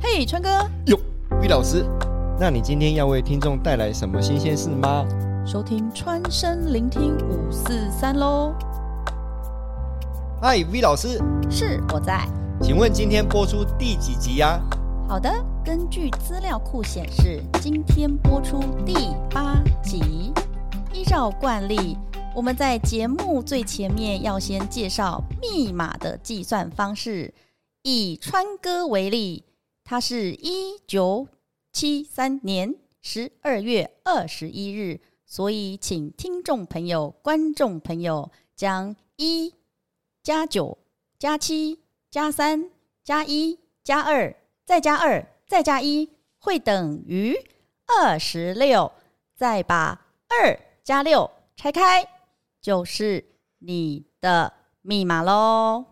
嘿，川哥，哟，魏老师，那你今天要为听众带来什么新鲜事吗？收听川声聆听五四三喽。嗨，魏老师，是，我在。请问今天播出第几集呀、好的，根据资料库显示，今天播出第八集。依照惯例，我们在节目最前面要先介绍密码的计算方式。以川哥为例，他是一九七三年十二月二十一日，所以请听众朋友、观众朋友将一加九加七加三加一加二再加二再加一会等于二十六，再把二加六拆开，就是你的密码喽。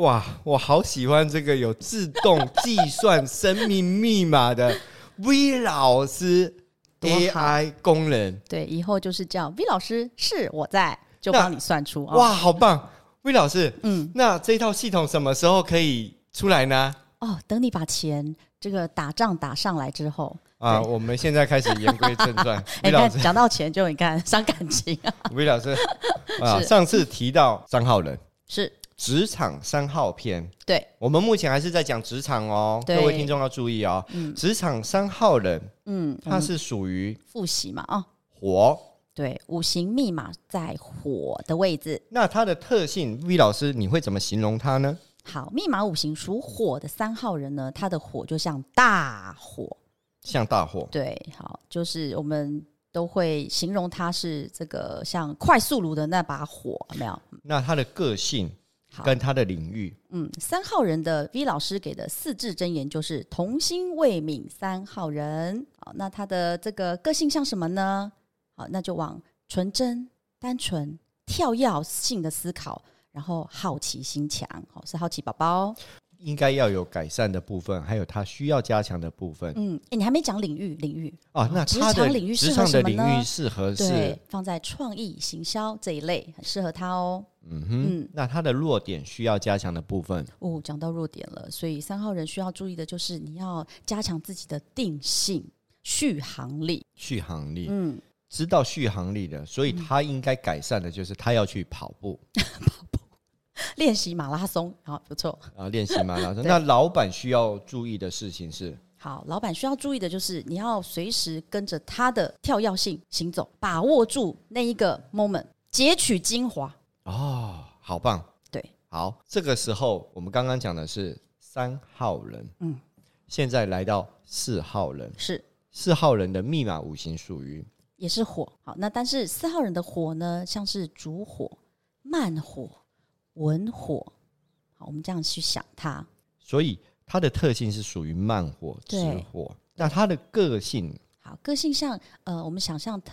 哇，我好喜欢这个有自动计算生命密码的 V 老师多好 AI 功能。对，以后就是叫 V 老师，是我在，就那帮你算出哦。哇，好棒！魏老师，嗯，那这套系统什么时候可以出来呢？哦，等你把钱这个打仗打上来之后，。啊，我们现在开始言归正传 哎，你魏看老师，讲到钱就你看伤感情啊， 魏老师，啊，是上次提到三号人，是职场三号篇，对，我们目前还是在讲职场哦，各对位听众要注意哦。嗯职场三号人，嗯，我他们是属于复习嘛，哦，火，对，五行密码在火的位置。那它的特性，V 老师你会怎么形容它呢？好，密码五行属火的三号人呢，他的火就像大火，像大火，对，好，就是我们都会形容它是这个像快速炉的那把火，有没有？那它的个性好，跟它的领域，嗯，三号人的 V 老师给的四字真言就是“童心未泯三号人”。好，那他的这个个性像什么呢？好，那就往纯真、单纯、跳跃性的思考，然后好奇心强，好是好奇宝宝。应该要有改善的部分，还有它需要加强的部分嗯，诶你还没讲领域，领域啊。那职它的场领域适合职场的什么领呢域适合是对，放在创意、行销这一类，很适合他哦。嗯哼，嗯那它的弱点需要加强的部分，哦，讲到弱点了，所以三号人需要注意的就是你要加强自己的定性、续航力。续航力，嗯，知道续航力的，所以它应该改善的就是它要去跑步练习马拉松，好不错。啊，练习 马拉松。对那老板需要注意的事情是，好，老板需要注意的就是，你要随时跟着他的跳跃性行走，把握住那一个 moment，截取精华。哦，好棒，对，好，这个时候我们刚刚讲的是三号人，嗯，现在来到四号人，是四号人的密码五行属于也是火。好，那但是四号人的火呢，像是烛火、慢火、文火。好，我们这样去想它。所以它的特性是属于慢火、直对火。那它的个性好，个性像呃，我们想象它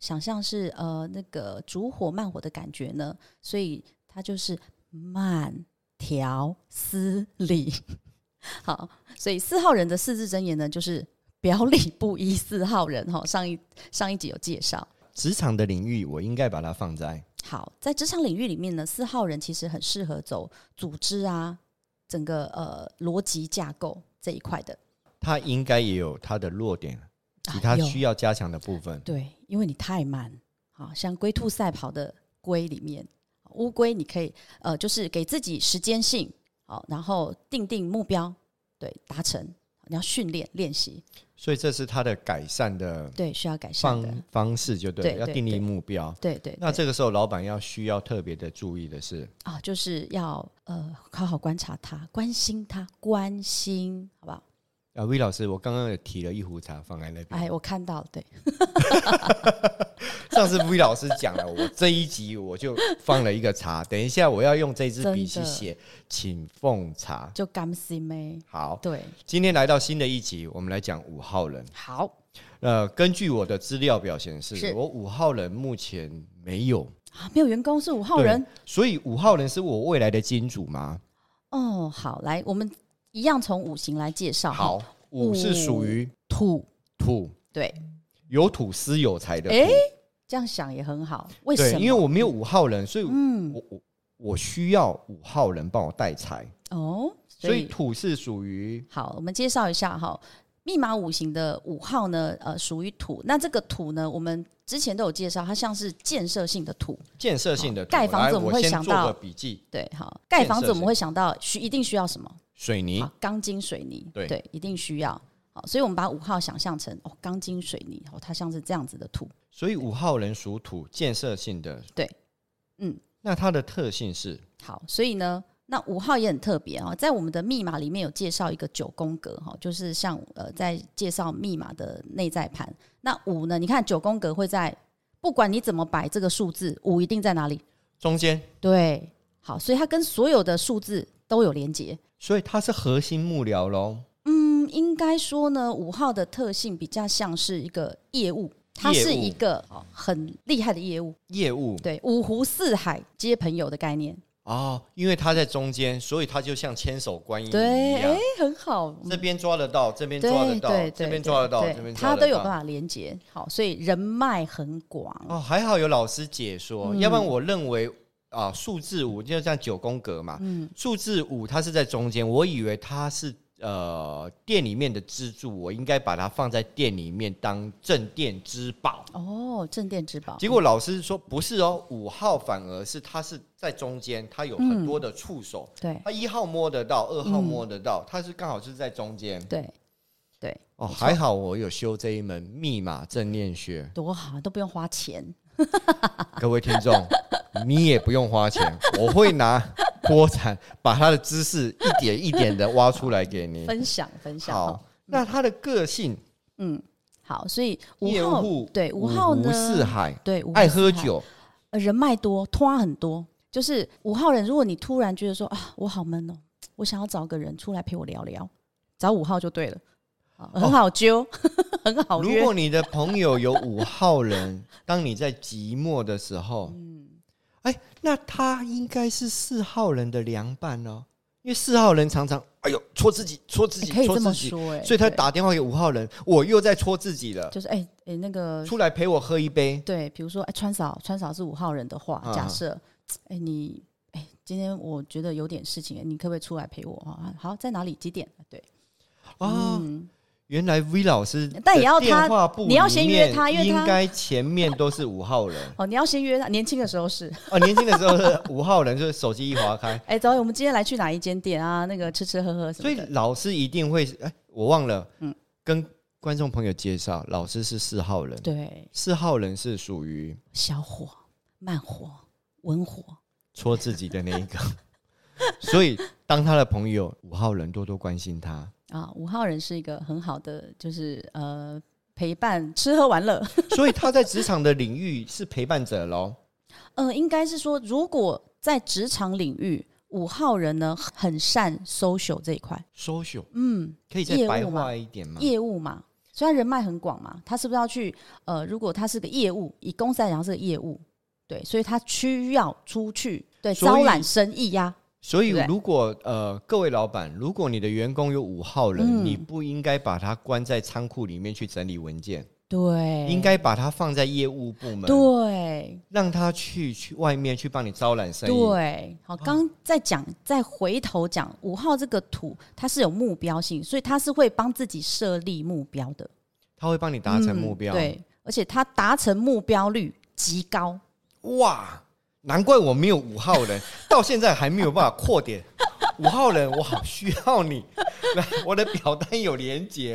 想象是呃那个烛火慢火的感觉呢，所以它就是慢条斯理。 好，所以四号人的四字真言呢，就是表里不一。四号人哈、上一上一集有介绍。职场的领域，我应该把它放在好，在职场领域里面呢，四号人其实很适合走组织啊，整个呃逻辑架构这一块的。它应该也有它的弱点，啊及它有需要加强的部分。对，因为你太慢，好像龟兔赛跑的龟里面，乌龟你可以呃，就是给自己时间性，好，然后定定目标，对，达成。你要训练练习，所以这是它的改善的对，需要改善的方，方式，就对了，对要对订立对目标。对对。那对这个时候，老板要需要特别的注意的是，啊，就是要呃，好好观察他，关心他，关心，好不好？啊，V 老师，我刚刚有提了一壶茶放在那边。哎，我看到了，对，上次 V 老师讲了，我这一集我就放了一个茶，等一下我要用这支笔去真的写“请奉茶就甘心妹，”。好，对，今天来到新的一集，我们来讲五号人。好呃，根据我的资料表显示，是我五号人目前没有啊，没有员工是五号人，，对所以五号人是我未来的金主吗？哦，好，来，我们一样从五行来介绍，好，，五是属于啊土，土，对，有土司有财的土。诶这样想也很好。为对什，么？因为我没有五号人，所以嗯我我我需要五号人帮我带财。哦，所以土是属于好，我们介绍一下哈，密码五行的五号呢，呃，属于土。那这个土呢，我们之前都有介绍，它像是建设性的土。建设性的土。好哦盖房子来我们会先想做到个笔记，对，好，盖房建子设我们会想到需一定需要什么？水泥好，钢筋水泥，对一定需要。好，所以我们把五号想象成哦，钢筋水泥，哦，它像是这样子的土。所以五号人属土，建设性的。对，嗯，那它的特性是好，所以呢，那五号也很特别哦，在我们的密码里面有介绍一个九宫格哈、哦，就是像呃在介绍密码的内在盘。那五呢，你看九宫格会在，不管你怎么摆这个数字，五一定在哪里？中间，对，好，所以它跟所有的数字都有连接。所以它是核心幕僚喽。嗯，应该说呢，五号的特性比较像是一个业务，它业务是一个哦很厉害的业务，业务对，五湖四海皆朋友的概念，哦，因为它在中间，所以它就像千手观音对，一哎、样，很好，这边抓得到，这边抓得对到，对这对，边抓得到，对这边啊抓它得都到有办法连接，好，所以人脉很广，哦，还好有老师解说，要不然我认为啊，数字五就像九宫格嘛，数字五它是在中间，我以为它是呃店里面的支柱，我应该把它放在店里面当镇店之宝。哦，镇店之宝，结果老师说不是哦，五号反而是它是在中间，它有很多的触手，对它一号摸得到，二号摸得到，它是刚好是在中间。对对，哦，还好我有修这一门密码正念学。多好，啊都不用花钱， 各位听众，你也不用花钱，我会拿锅铲把他的知识一点一点的挖出来给你。分享分享，哦好，那他的个性，嗯，好，所以五业号务对五号五湖呢，四海，对五湖爱四喝海酒，呃，人脉多，拖很多。就是五号人，如果你突然觉得说啊，我好闷哦，我想要找个人出来陪我聊聊，找五号就对了，啊很好揪， 很 好哦如约。果你的朋友有五号人， 当你在寂寞的时候，嗯，哎，那他应该是四号人的良伴哦，因为四号人常常哎呦戳自己，戳自你己，可以戳这自么己，说、哎，所以他对打电话给五号人，我又在戳自己了，就是哎哎、那个出来陪我喝一杯。对，比如说哎、川嫂，川嫂是五号人的话，假嗯设哎、你哎、今天我觉得有点事情，你可不可以出来陪我啊？好，在哪里？几点？对，啊，嗯，原来 V 老师的但也要他电话簿里面，你要先约他因为他应该前面都是五号人 哦，你要先约他，年轻的时候是。哦。年轻的时候是五号人，就是手机一 划开，哎、走，我们今天来去哪一间店啊？那个吃吃喝喝什所么以的。老师一定会哎，我忘了，嗯跟观众朋友介绍，老师是四号人，对，四号人是属于小火、慢火、文火，戳自己的那一个， 所以当他的朋友五号人多多关心他，啊，五号人是一个很好的，就是呃陪伴吃喝玩乐。 所以他在职场的领域是陪伴者喽。呃，应该是说，如果在职场领域，五号人呢很善 social 这一块， social 嗯，可以再业务白嘛话一点吗？业务嘛，所以他人脉很广嘛，他是不是要去呃，如果他是个业务，以公司来讲是个业务，对，所以他需要出去对所以招揽生意呀、所以对不，对如果呃，各位老板，如果你的员工有五号人，嗯你不应该把他关在仓库里面去整理文件，对，应该把他放在业务部门，对。让他去去外面去帮你招揽生意。哦对，好，刚再讲，再回头讲五号这个土，它是有目标性，所以它是会帮自己设立目标的，他会帮你达成嗯目标。，对，而且它达成目标率极高。哇，难怪我没有五号人， 到现在还没有办法扩点。 五号人，我好需要你， 来，我的表单有连接。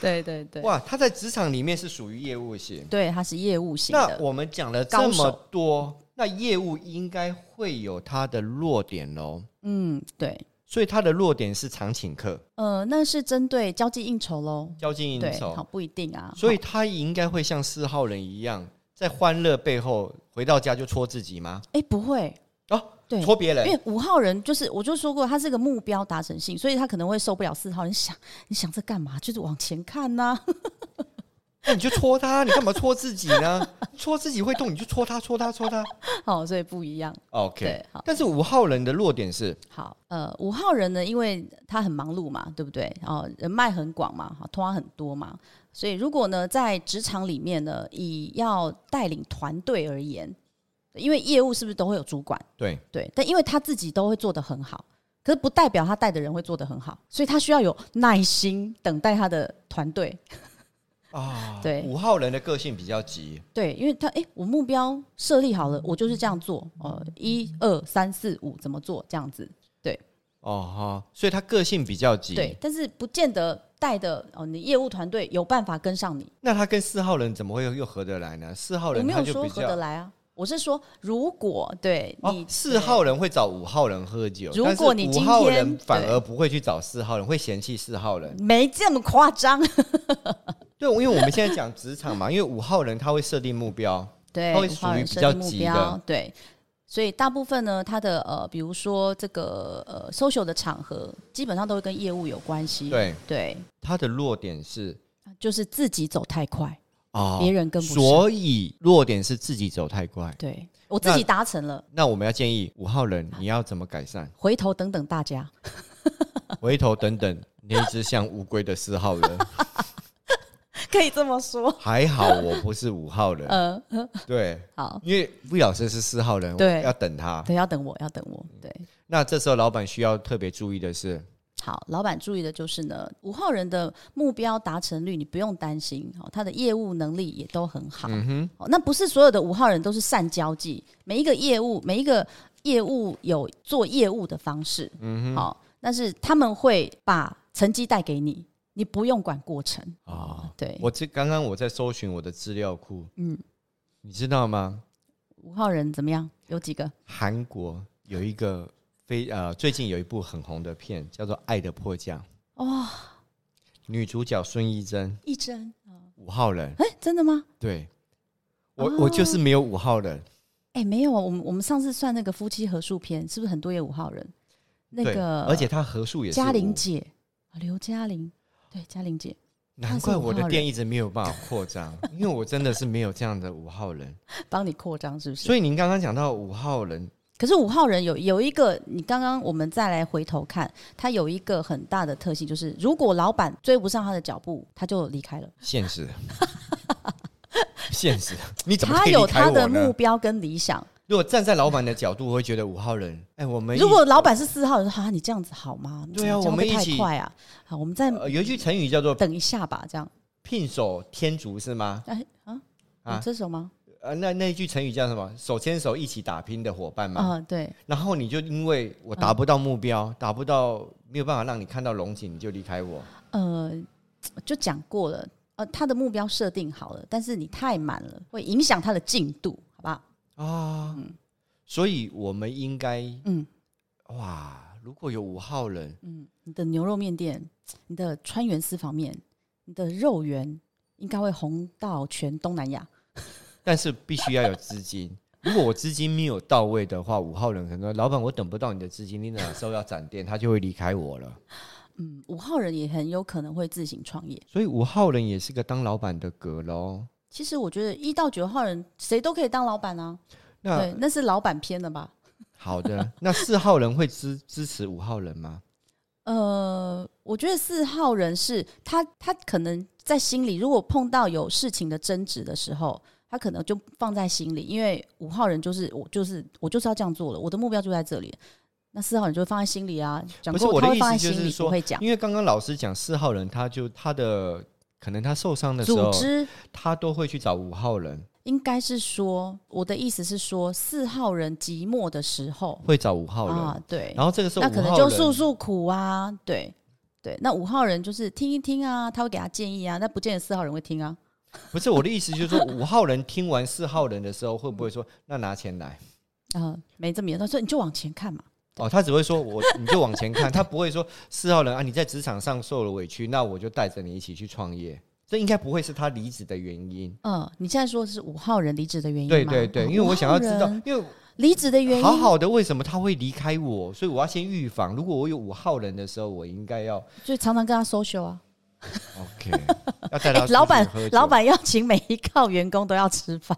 对对对，哇，他在职场里面是属于业务型。对，它是业务型那的，我们讲了这高手么多，那业务应该会有它的弱点喽。嗯，对，所以它的弱点是常请客、呃，那是针对交际应酬喽，交际应对，好酬，不一定啊，所以好他应该会像四号人一样，在欢乐背后回到家就戳自己吗？哎不会，哦，对，戳别因人，为五号人就是，我就说过，他是个目标达成性，所以他可能会受不了四号人想，你想这干嘛？就是往前看呐、 那你就戳他， 你干嘛戳自己呢？戳自己会动，你就戳他，戳他，戳他。好，所以不一样。 OK，对，好，但是五号人的弱点是好，呃，五号人呢，因为他很忙碌嘛，对不对？然后人脉很广嘛，好，通话很多嘛，所以如果呢，在职场里面呢，以要带领团队而言，因为业务是不是都会有主管？对，对，但因为他自己都会做得很好，可是不代表他带的人会做得很好，所以他需要有耐心等待他的团队。啊，对五号人的个性比较急，对，因为他诶，我目标设立好了，我就是这样做，呃，一二三四五怎么做这样子，哦哈，所以他个性比较急。对，，但是不见得带的哦、你业务团队有办法跟上你。那他跟四号人怎么会又合得来呢？四号我人没他有就说比合得较来啊，我是说如果对你哦，四号人会找五号人喝酒，如但是果你今五号天人反对而不会去找四号人，会嫌弃四号人。没这么夸张，对，因为我们现在讲职场嘛，因为五号人他会设定目标，对，它会五属号于人比设较定目急标的，对。所以大部分呢，它的呃，比如说这个呃，social 的场合，基本上都会跟业务有关系。对，对，他的弱点是就是自己走太快，啊，别人跟不上。所以弱点是自己走太快。对我自己达成了，那我们要建议五号人，你要怎么改善？回头等等大家。回头等等，那只像乌龟的四号人，可以这么说。还好我不是五号人。呃， 对，好，因为魏老师是四号人，对我要等他。对，要等我，要等我。对，那这时候老板需要特别注意的是，好，老板注意的就是呢，五号人的目标达成率你不用担心，哦，他的业务能力也都很好。嗯哦，那不是所有的五号人都是善交际，每一个业务，每一个业务有做业务的方式。嗯好、但是他们会把成绩带给你，你不用管过程。啊，对，我这刚刚我在搜寻我的资料库，嗯，你知道吗？五号人怎么样？有几个？韩国有一个非呃，最近有一部很红的片叫做《爱的迫降》，哦，女主角孙艺珍，一针。五号人，哎、真的吗？对我、我就是没有五号人，哎、没有啊，我们我们上次算那个夫妻合数篇，是不是很多也五号人？那对个，而且她合数也是嘉玲五姐，啊刘嘉玲，对嘉玲姐，难怪我的店一直没有办法 扩张，因为我真的是没有这样的五号人。帮你扩张是不是？所以您刚刚讲到五号人，可是五号人有有一个，你刚刚我们再来回头看，他有一个很大的特性，就是如果老板追不上他的脚步，他就离开了。现 实，现实，你怎么他可以有离开他我的呢目？标跟理想。如果站在老板的角度，我会觉得五号人，哎、我们一如果老板是四号人，说啊，你这样子好吗？对嗯这啊样会我们不会一起太快啊，好，我们再呃有一句成语叫做等一下吧，这样。 “聘手天竺”是吗？哎啊，啊有这首吗？呃，那那一句成语叫什么？手牵手一起打拼的伙伴嘛。啊，对，然后你就因为我达嗯不到目标，达不到没有办法让你看到龙井，你就离开我。呃，就讲过了，呃，他的目标设定好了，但是你太满了，会影响他的进度，好不好？啊，所以我们应该，嗯哇，如果有五号人，嗯，你的牛肉面店，你的川原私房面，你的肉圆，应该会红到全东南亚。但是必须要有资金。如果我资金没有到位的话，五号人可能说：“老板，我等不到你的资金，你哪时候要展店，他就会离开我了。嗯，五号人也很有可能会自行创业”。所以五号人也是个当老板的格喽。其实我觉得一到九号人谁都可以当老板啊，那对，那是老板偏的吧？好的，那四号人会支支持五号人吗？呃，我觉得四号人是他，他可能在心里，如果碰到有事情的争执的时候，他可能就放在心里，因为五号人就是我，就是我就是要这样做了，我的目标就在这里。那四号人就会放在心里啊，讲不是过我的他会意放思在就心是里，说不会讲。因为刚刚老师讲四号人，他就他的可能他受伤的时组候，织他都会去找五号人，应该是说，我的意思是说，四号人寂寞的时候会找五号人。啊，对，然后这个时候那五可能号就人诉诉苦啊，对对。那五号人就是听一听啊，他会给他建议啊，那不见得四号人会听啊。不是我的意思，就是说五号人听完四号人的时候，会不会说那拿钱来？啊，没这么严重，所以你就往前看嘛。哦，他只会说我你就往前看，他不会说四号人啊，你在职场上受了委屈，那我就带着你一起去创业。这应该不会是他离职的原因。嗯，你现在说的是五号人离职的原因吗？对对对，嗯因为我想要知五号道人，因离职的原为因。好好的为什么他会离开我，所以我要先预防。如果我有五号人的时候，我应该 要所以常常跟他 social 啊。哎 OK，要带他出去老板喝，酒老板要请每一个员工都要吃饭。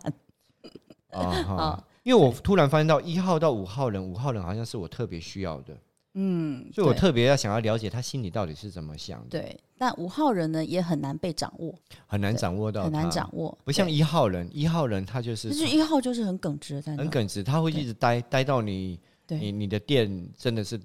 啊哈啊。因为我突然发现到一号到五号人，五号人好像是我特别需要的，嗯，所以我对特别要想要了解他心里到底是怎么想的。对，但五号人呢也很难被掌握，很难对掌握到，很难掌，握。不像一号人，一号人他就对，是就是一号就是很耿直的在那，很耿直，他会对一直待待到你对你你的店真的是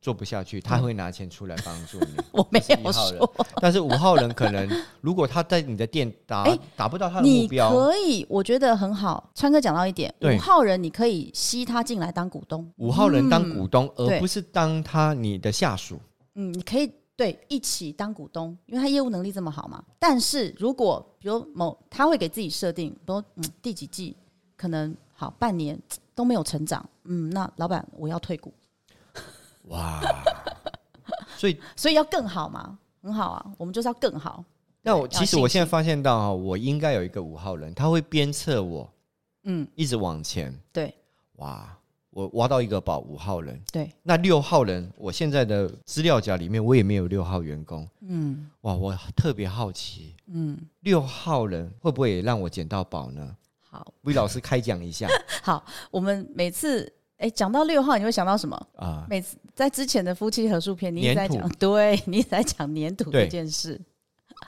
做不下去，他会拿钱出来帮助你。我 没这是有一号人说， 但是五号人可能，如果他在你的店达哎达不到他的目你标，可以，我觉得很好。川哥讲到一点，对五号人你可以吸他进来当股东，五号人当股东，嗯对而不是当他你的下属。嗯，你可以对一起当股东，因为他业务能力这么好嘛。但是如果比如某他会给自己设定，比如嗯第几季可能好半年嘖都没有成长，嗯，那老板我要退股，哇！所以，所以要更好嘛，很好啊，我们就是要更好，那我对要其实我信现在心发现到哈，我应该有一个五号人，他会鞭策我嗯，一直往前。对哇！我挖到一个宝，五号人。对，那六号人，我现在的资料夹里面我也没有六号员工。嗯哇，我特别好奇，嗯，六号人会不会也让我捡到宝呢好？V 老师开讲一下好，我们每次。哎，讲到六号，你会想到什么？啊、每次在之前的夫妻合宿片，你一直在粘讲，土 对你一直在讲粘土对这件事。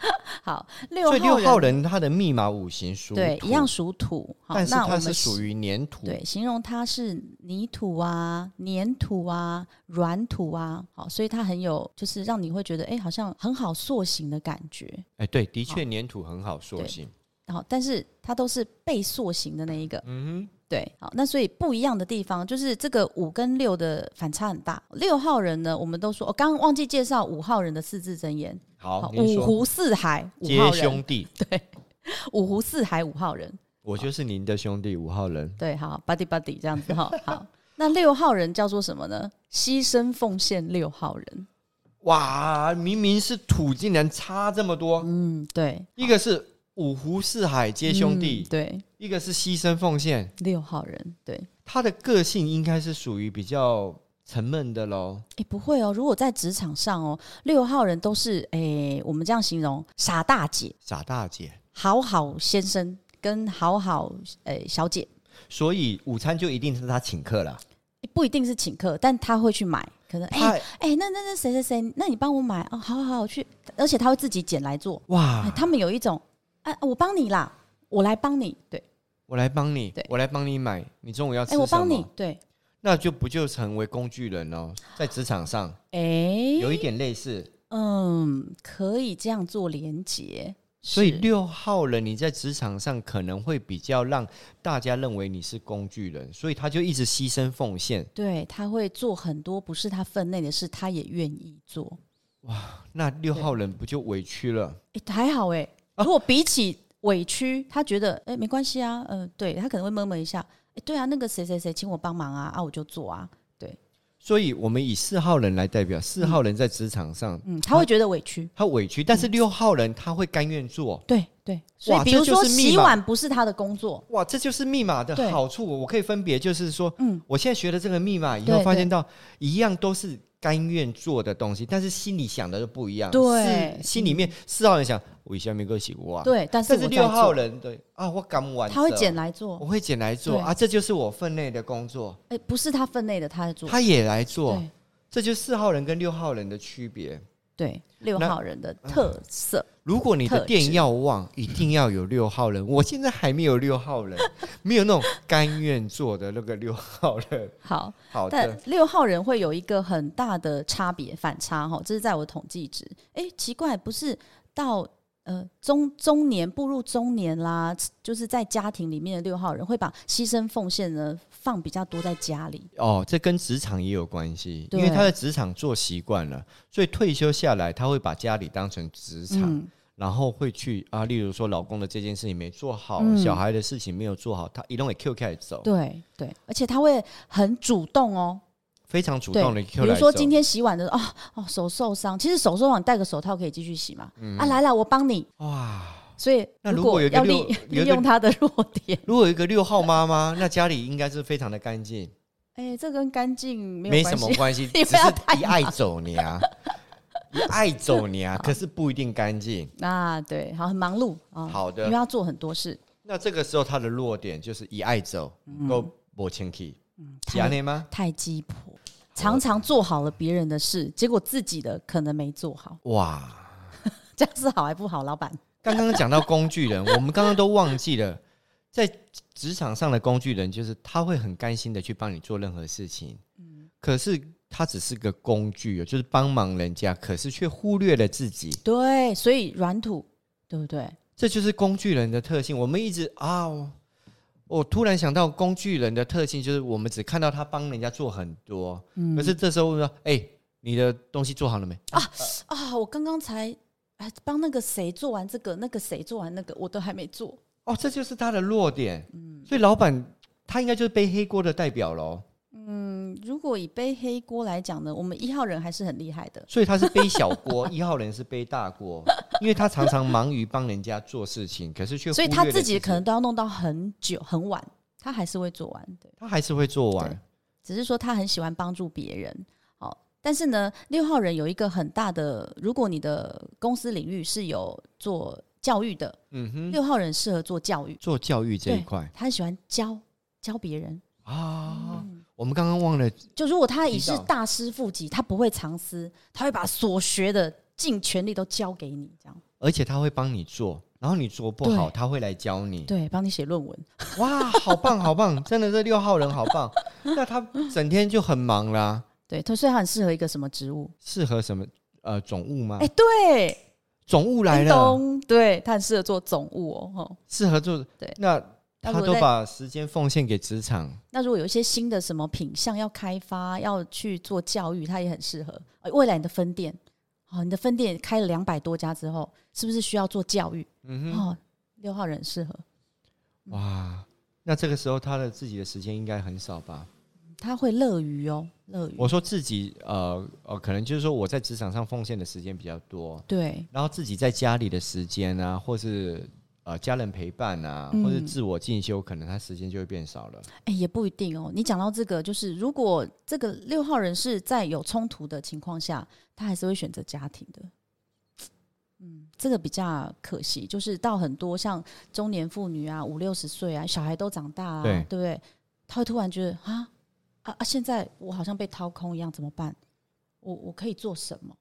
好， 六所以六号号人他的密码五行属对，土一样，属土。好，但是那我它们是属于粘土。对，形容它是泥土啊、粘土啊、软土啊，好，所以它很有就是让你会觉得哎、诶好像很好塑形的感觉。哎，对，的确粘土很好塑对形。好，但是它都是被塑形的那一个，嗯对，好，那所以不一样的地方就是这个五跟六的反差很大。六号人呢，我们都说，我、哦刚刚忘记介绍五号人的四字真言，哼，好，好，您五说湖四海五接号人，兄弟，五湖四海五号人，我就是您的兄弟五号人。对，好，buddy buddy 这样子哈。好，那六号人叫做什么呢？牺牲奉献六号人。哇，明明是土，竟然差这么多。嗯，对，一个是五湖四海皆兄弟嗯，对，一个是牺牲奉献。六号人，对。他的个性应该是属于比较沉闷的喽。哎、不会哦。如果在职场上哦，六号人都是哎、诶我们这样形容：傻大姐、傻大姐，好好先生跟好好哎、诶小姐，所以午餐就一定是他请客了。诶不一定是请客，但他会去买。可能哎他、哎、诶那那那谁谁谁，那你帮我买哦，好好好，我去。而且他会自己捡来做。哎哇，他们有一种哎、我帮你啦，我来帮你，对。我来帮你对，我来帮你买，你中午要吃哎、我什帮你么？，对，那就不就成为工具人喽？在职场上哎、有一点类似，嗯，可以这样做连接，所以是六号人你在职场上可能会比较让大家认为你是工具人，所以他就一直牺牲奉献。对他会做很多不是他分内的事，他也愿意做。那六号人不就委屈了？哎、还好哎、 如果比起委屈，他觉得哎、没关系啊，嗯、对他可能会闷闷一下，哎、对啊，那个谁谁谁请我帮忙啊，啊我就做啊，所以我们以四号人来代表，四号人在职场上嗯，他会觉得委屈，他委嗯屈，但是六号人他会甘愿做。对对，所以哇比这如就说是密洗码碗不是他的工作，哇，这就是密码的对好处，我可以分别，就是说，嗯嗯，我现在学的这个密码以对后，对发现到一样都是甘愿做的东西，但是心里想的都不一样。对是心里面四号人想，我下面够洗啊哇，对，但是但我是在六号做人哦对啊，我敢玩，他会捡，来做我，会捡来做对啊，这就是我分内的工作，哎、不是他分内的，他在做，他也来做，对这就是四号人跟六号人的区别。对，六那号人的特色。如果你特的质店要旺，一定要有六号人。我现在还没有六号人， 没有那种甘愿做的那个六号人。好，好但的，六号人会有一个很大的差别反差哈，这是在我统计值。哎、奇怪，不是到呃中中年步入中年啦，就是在家庭里面的六号人会把牺牲奉献呢放比较多在家里。哦，这跟职场也有关系，因对为他在职场做习惯了，所以退休下来，他会把家里当成职场，嗯，然后会去啊，例如说老公的这件事情没做好，嗯小孩的事情没有做好，他一动给 Q 开走，对对，而且他会很主动哦。非常主对动的 Q 比来如走。说今天洗碗的时候哦哦手受伤，其实手受伤你戴个手套可以继续洗嘛。啊，来来，我帮你。哇，所以嗯那如果果有一个要 六利有一利个用他的弱点，如果有一个六号妈妈，那家里应该是非常的干净。哎、这跟干净 没有没关什系么。关系， 你只不要太是一爱走你 啊，一爱走你啊，可是不一定干净。啊，对，好，很忙碌啊，好因为的，要做很多事，那这个时候他的弱点就是一爱走，够不清气，是太安内嗯吗？太鸡婆，常常做好了别人的事，结果自己的可能没做好，哇，这样是好还不好？老板，刚刚讲到工具人， 我们刚刚都忘记了，在职场上的工具人就是他会很甘心的去帮你做任何事情，可是它只是个工具哦，就是帮忙人家，可是却忽略了自己，对，所以软土，对不对？这就是工具人的特性。我们一直啊，我我突然想到工具人的特性就是我们只看到他帮人家做很多，可是这时候说，哎、你的东西做好了没？啊，我刚刚才哎帮那个谁做完这个，那个谁做完那个，我都还没做。哦，这就是他的弱点。所以老板他应该就是背黑锅的代表喽，嗯，如果以背黑锅来讲呢，我们一号人还是很厉害的。所以他是背小锅， 一号人是背大锅，因为他常常忙于帮人家做事情，可是却所以忽他略了自己可能都要弄到很久很晚，他还是会做完。对，他还是会做对完。只是说他很喜欢帮助别人。好，但是呢，六号人有一个很大的，如果你的公司领域是有做教育的，嗯哼，六号人适合做教育，做教育这一对块他很喜欢教教别人。啊，嗯我们刚刚忘了就如果他已是提到大师傅级，他不会藏私，他会把所学的尽全力都教给你，这样而且他会帮你做，然后你做不好，他会来教你。对，帮你写论文。哇，好棒，好棒！真的，这六号人好棒。 那他整天就很忙啦，对，他所以他很适合一个什么职务？适合什么？呃，总务吗哎、？对，总务来叮了，咚，对他很适合做总务哦。吼适合做。对那那他如都果在把时间奉献给职场。那如果有一些新的什么品相要开发，要去做教育，它也很适合。呃未来你的分店，哦，你的分店开了两百多家之后，是不是需要做教育？嗯哼，哦，六号人很适合，哇，那这个时候他的自己的时间应该很少吧？他会乐于哦，乐于。我说自己，呃呃，可能就是说我在职场上奉献的时间比较多，对，然后自己在家里的时间啊，或是呃家人陪伴啊，嗯或是自我进修，可能他时间就会变少了。哎，也不一定哦。你讲到这个，就是如果这个六号人是在有冲突的情况下，他还是会选择家庭的。嗯，这个比较可惜，就是到很多像中年妇女啊，五六十岁啊，小孩都长大啊，对对不对？他会突然觉得啊啊啊，现在我好像被掏空一样，怎么办？我我可以做什么？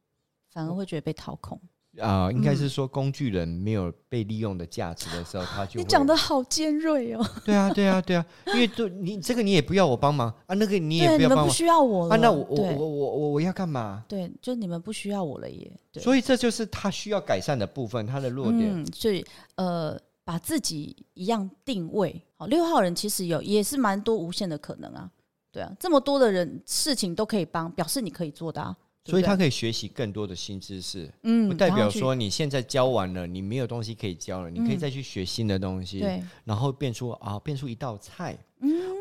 反而会觉得被掏空。啊、应嗯该是说工具人没有被利用的价值的时候，他就你会讲的好尖锐哦，对啊，对啊，对啊，因为对你这个你也不要我帮忙啊，那个你也对，不你要们帮不忙需要我了。啊，那我我对我我我我要干嘛？对，就你们不需要我了耶。对。所以这就是他需要改善的部分，他的弱点。嗯，所以呃，把自己一样定位好。六号人其实有也是蛮多无限的可能啊，对啊，这么多的人事情都可以帮，表示你可以做的啊。对不所以他对可以学习更多的新知识，嗯，不代然后表去说你现在教完了，你没有东西可以教了，你可以嗯再去学新的东西。对，嗯然后变出啊，变出一道菜，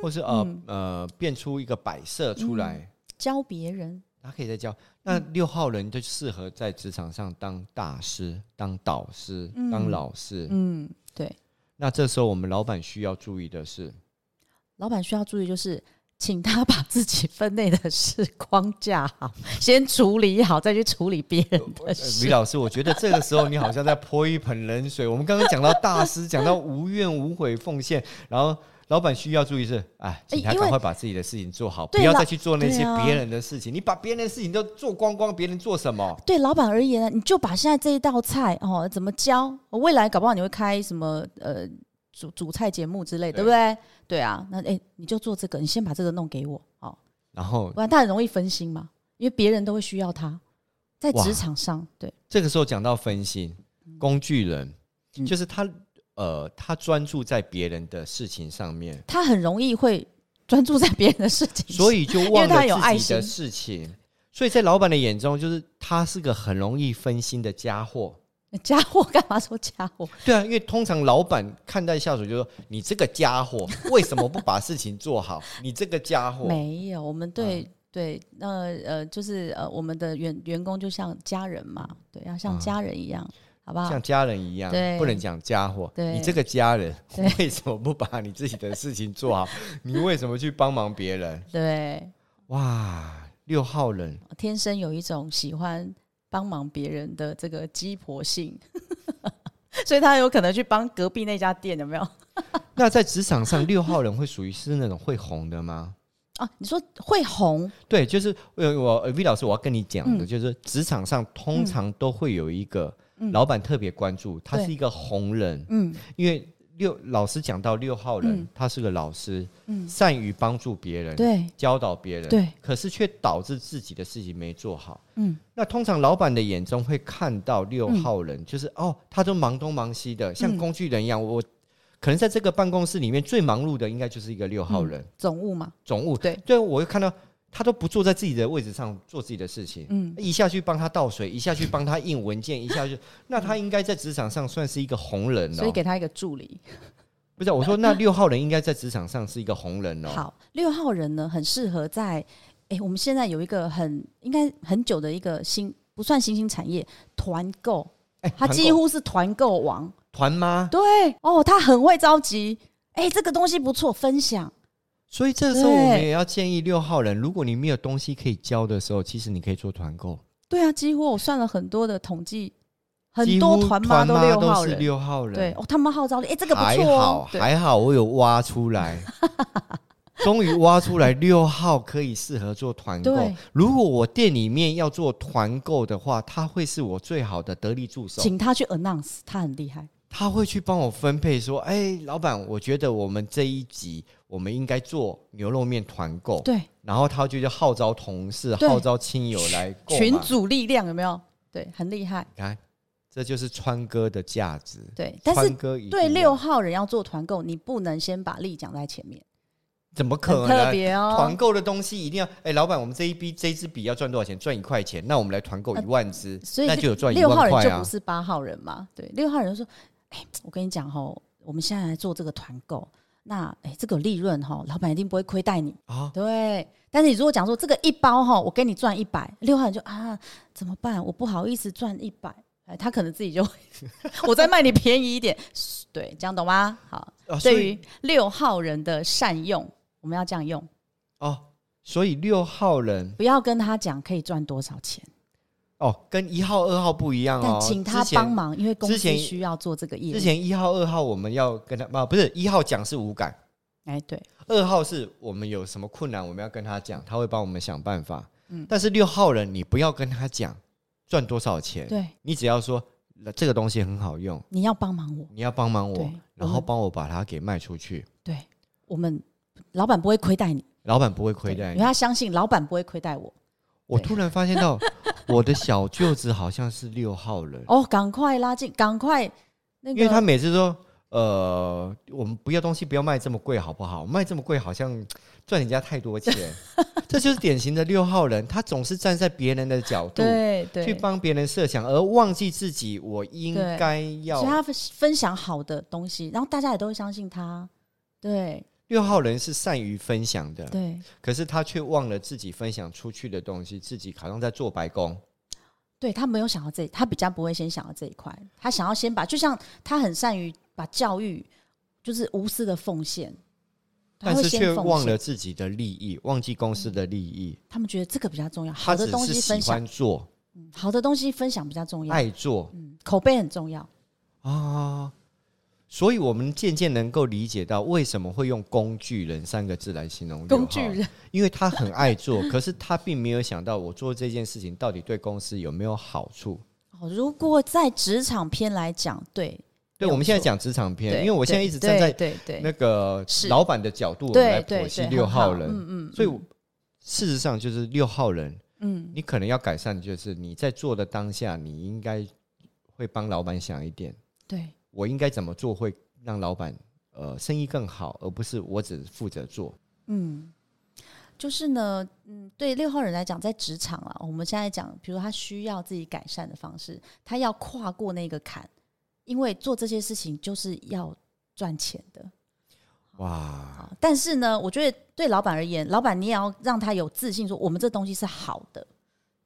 或是呃、呃，变出一个摆设出来，教别人他可以再嗯教。那六号人就适合在职场上当大师、当导师、嗯当老师。嗯，对，那这时候我们老板需要注意的是，老板需要注意就是。请他把自己分内的事框架好，先处理好，再去处理别人的呃事吕。老师，我觉得这个时候你好像在泼一盆冷水。我们刚刚讲到大师，讲到无怨无悔奉献，然后。老板需要注意是，哎，请他因为赶快把自己的事情做好，不对要啦再去做那对些啊别人的事情。你把别人的事情都做光光，别人做什么？对老板而言，你就把现在这一道菜哦怎么教，未来搞不好你会开什么呃主主菜节目之类，对对不对？对啊，那哎你就做这个，你先把这个弄给我，好、然后不然他很容易分心嘛，因为别人都会需要他，在哇职场上，对，这个时候讲到分心，工具人、嗯就是他，呃，他专注在别人的事情上面，他很容易会专注在别人的事情上，所以就忘因为他有了爱自己心的事情。所以在老板的眼中，就是他是个很容易分心的家伙。家伙干嘛说家伙？对啊，因为通常老板看待下属就说：“你这个家 伙为什么不把事情做好？你这个家伙。没有，我们对、嗯对，那呃，就是呃，我们的员员工就像家人嘛，对，要像啊家人一样，好不”好？像家人一样啊对，不能讲家伙。对你这个家人对 为什么不把你自己的事情做好？你为什么去帮忙别人？对，哇，六号人天生有一种喜欢帮忙别人的这个鸡婆性， 所以他有可能去帮隔壁那家店，有没有？那在职场 上，六号人会属于是那种会红的吗？啊，你说会红，对，就是呃，我呃 V 老师，我要跟你讲的，嗯就是职场上通常都会有一个嗯老板特别关注，他对是一个红人，嗯，因为六老师讲到六号人，嗯他是个老师，嗯善于帮助别人，对，教导别人，对，可是却导致自己的事情没做好。嗯那通常老板的眼中会看到六号人，就是哦，他都忙东忙西的，像嗯工具人一样。我可能在这个办公室里面最忙碌的，应该就是一个六号人、总务嘛，总务。嗯对，对我会看到他都不坐在自己的位置上做自己的事情，嗯一下去帮他倒水，一下去帮他印文件，一下去，那他应该在职场上算是一个红人所以哦。给他一个助理。不是，我 说那六号人应该在职场上是一个红人哦。好，六号人呢，很适合在哎、我们现在有一个很应该很久的一个新不算新兴产业团购，哎，他团几购乎是团购王。团吗？对哦，他很会着急。哎、这个东西不错，分享。所以这时候我对们也要建议六号人，如果你没有东西可以教的时候，其实你可以做团购。对啊，几乎我算了很多的统计，很几多乎团妈都六号是人。六号人，对，哦，他们号召力，哎、这个不还错好哦。对还好，我有挖出来， 终于挖出来六号可以适合做团购对。如果我店里面要做团购的话，他会是我最好的得力助手，请他去 announce，他很厉害。他会去帮我分配说，哎，老板，我觉得我们这一集我们应该做牛肉面团购，对，然后他就就号召同事、对号召亲友来购买群。组力量有没有？对，很厉害。你看，这就是川哥的价值。对，但是川哥一定对要六号人要做团购，你不能先把力讲在前面，怎么可很特能？别团哦。购的东西一定要，哎、老板，我们这一笔这一支笔要赚多少钱？赚一块钱，那我们来团购一万支，呃所以那就有赚一六号万人块就啊不。是八号人嘛？对，六号人就说：“哎、我跟你讲吼，我们现在来做这个团购，那哎、这个利润哈，老板一定不会亏待你。啊，对，但是你如果讲说这个一包哈，我给你赚一百，六号人就啊怎么办？我不好意思赚一百。”哎，他可能自己就会， 我再卖你便宜一点，对，这样懂吗？好，啊所对以于六号人的善用，我们要这样用，哦，所以六号人不要跟他讲可以赚多少钱，哦，跟一号、二号不一样哦。但请他之前帮。忙，因为公司之前需要做这个业之务。前一号、二号我们要跟他啊，不是一号讲是无感，哎，对，二号是我们有什么困难我们要跟他讲，他会帮我们想办法。嗯但是六号人你不要跟他讲赚多少钱，对，你只要说这个东西很好用，你要帮忙我，你要帮忙我对，我然后们帮我把它给卖出去。对我们老板不会亏待你，老板不会亏对待因为你。他相信老板不会亏待我。我突然发现到我的小舅子好像是六号人，哦，赶快拉近，赶快那因个，为他每次说，呃，我们不要东西不要卖这么贵好不好？卖这么贵好像赚人家太 多钱，这就是典型的六号人，他总是站在别人的角度对去对，帮别人设想，而忘记自己我应对该所以要。他分分享好的东西，然后大家也都会相信他。对六号人是善于分享的，对可是他却忘了自己分享出去的东西，自己好像在做白工。对，他没有想到这，他比较不会先想到这一块，他想要先把，就像他很善于把教育，就是无私的奉献，他但会是先却奉忘献了自己的利益，忘记公司的利益。他们觉得这个比较重要，嗯好他的只东是西分喜享，欢做、嗯好的东西分享比较重要，爱做嗯，口碑很重要，啊，所以我们渐渐能够理解到为什么会用“工具人”三个字来形容工六具号，人，因为他很爱做， 可是他并没有想到我做这件事情到底对公司有没有好处。哦，如果在职场篇来讲，对，没对，有我们现在错讲职场篇，对因为我现在对一直站在对对对那个是老板的角度，我们来对剖对析对，六很号好人。嗯嗯，所以嗯事实上，就是六号人，嗯，你可能要改善，的就是你在做的当下，你应该会帮老板想一点。对我应该怎么做会让老板呃生意更好，而不是我只负责做。嗯，就是呢，嗯，对六号人来讲，在职场啊，我们现在讲，比如他需要自己改善的方式，他要跨过那个坎，因为做这些事情就是要赚钱的哇，啊。但是呢，我觉得对老板而言，老板你也要让他有自信，说我们这东西是好的，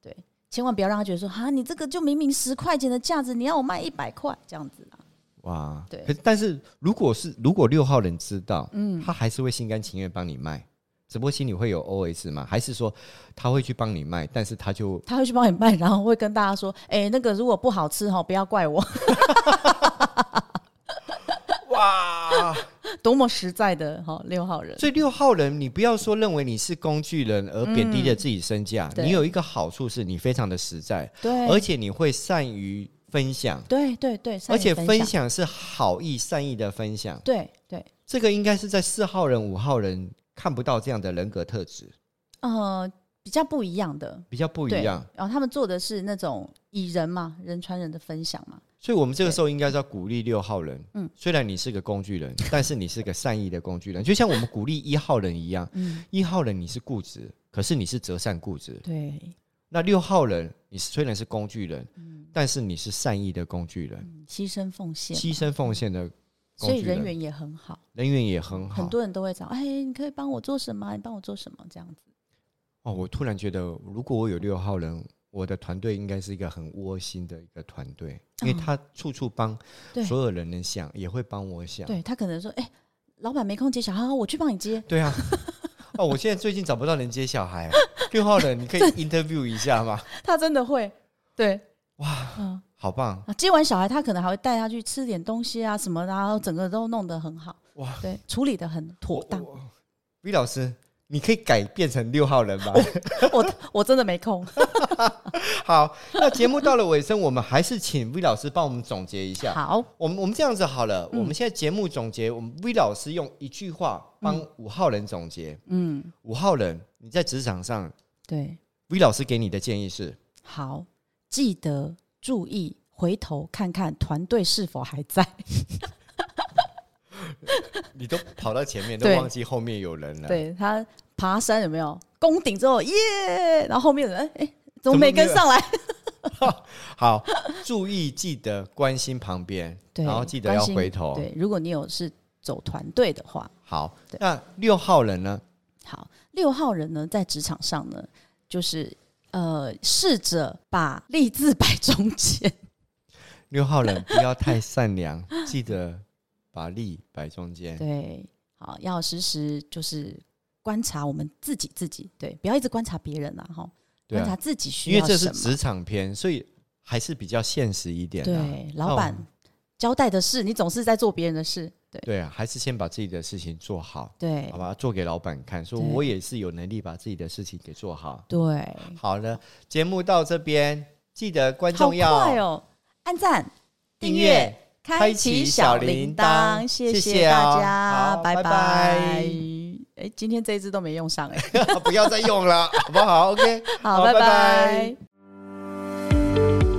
对，千万不要让他觉得说啊，你这个就明明十块钱的价值，你要我卖一百块这样子啦。哇，对可是但是如果是如果六号人知道，嗯他还是会心甘情愿帮你卖，只不过心里会有 OS 嘛，还是说他会去帮你卖，但是他就他会去帮你卖，然后会跟大家说：“哎、那个如果不好吃哈，不要怪我。哇，”多么实在的哈，六号人。 所以六号人，你不要说认为你是工具人而贬低了自己身价，对你有一个好处是你非常的实在，对，而且你会善于分享，对对对，善而意且分分享是好意善意的分享。对对，这个应该是在四号人、五号人看不到这样的人格特质，呃，比较不一样的。比较不一对样。然后他们做的是那种以人嘛，人传人的分享嘛，所以，我们这个时候应该是要鼓励六号人。嗯嗯，虽然你是个工具人， 但是你是个善意的工具人，就像我们鼓励一号人一样。嗯，一号人你是固执，可是你是择善固执。对，那六号人，你虽然是工具人，但是你是善意的工具人，嗯牺牲奉献，牺牲奉献的所工以具人，人人缘缘也很好。也很好。很多人都会找，哎，你可以帮我做什么啊？你帮我做什么？这样子，哦，我突然觉得，如果我有六号人，我的团队应该是一个很窝心的一个团队，因为哦他处处帮对所有人能想，也会帮我想。对他可能说，哎，老板没空接小孩，好好我去帮你接。对啊， 哦，我现在最近找不到人接小孩，啊六号人，你可以 interview 一下吗？他真的会，对，哇，嗯，好棒！啊，接完小孩，他可能还会带他去吃点东西啊什么的啊，然后整个都弄得很好，哇，对，处理的很妥当。我我 V 老师，你可以改变成六号人吗？哦我我真的没 空。 好，那节目到了尾声，我们还是请 V 老师帮我们总结一下。好，嗯我们我们这样子好了，我们现在节目总结，我们 V 老师用一句话帮五号人总结。嗯，五号人，你在职场上对， ，V 老师给你的建议是，好，记得注意回头看看团队是否还在。你都跑到前面，都对忘记后面有人了。对他爬山有没有攻顶之后耶，然后后面人哎、怎么么没没跟有上来？好， 注意记得关心旁边，对，然后记得关要心回头。对，如果你有是走团队的话，好对，那六号人呢？好，六号人呢，在职场上呢，就是呃，试着把利字摆中间。六号人 不要太善良， 记得把利摆中间。对，好，要时时就是观察我们自己，自己对，不要一直观察别人啊，哈，对观察啊，自己需因为要这什是么。职场片，所以还是比较现实一点啊。对，老板哦交代的事，你总是在做别人的事，对对啊，还是先把自己的事情做好，对好吧？做给老板看，说对我也是有能力把自己的事情给做好。对，好了，节目到这边，记得观好众要快哦，按赞、订阅。开开启启小小铃铃铛，铛谢谢谢谢大哦家，好拜拜拜哎，今天这一支都没用上 哎， 不要再用了，好不好？OK，好，好拜拜拜拜。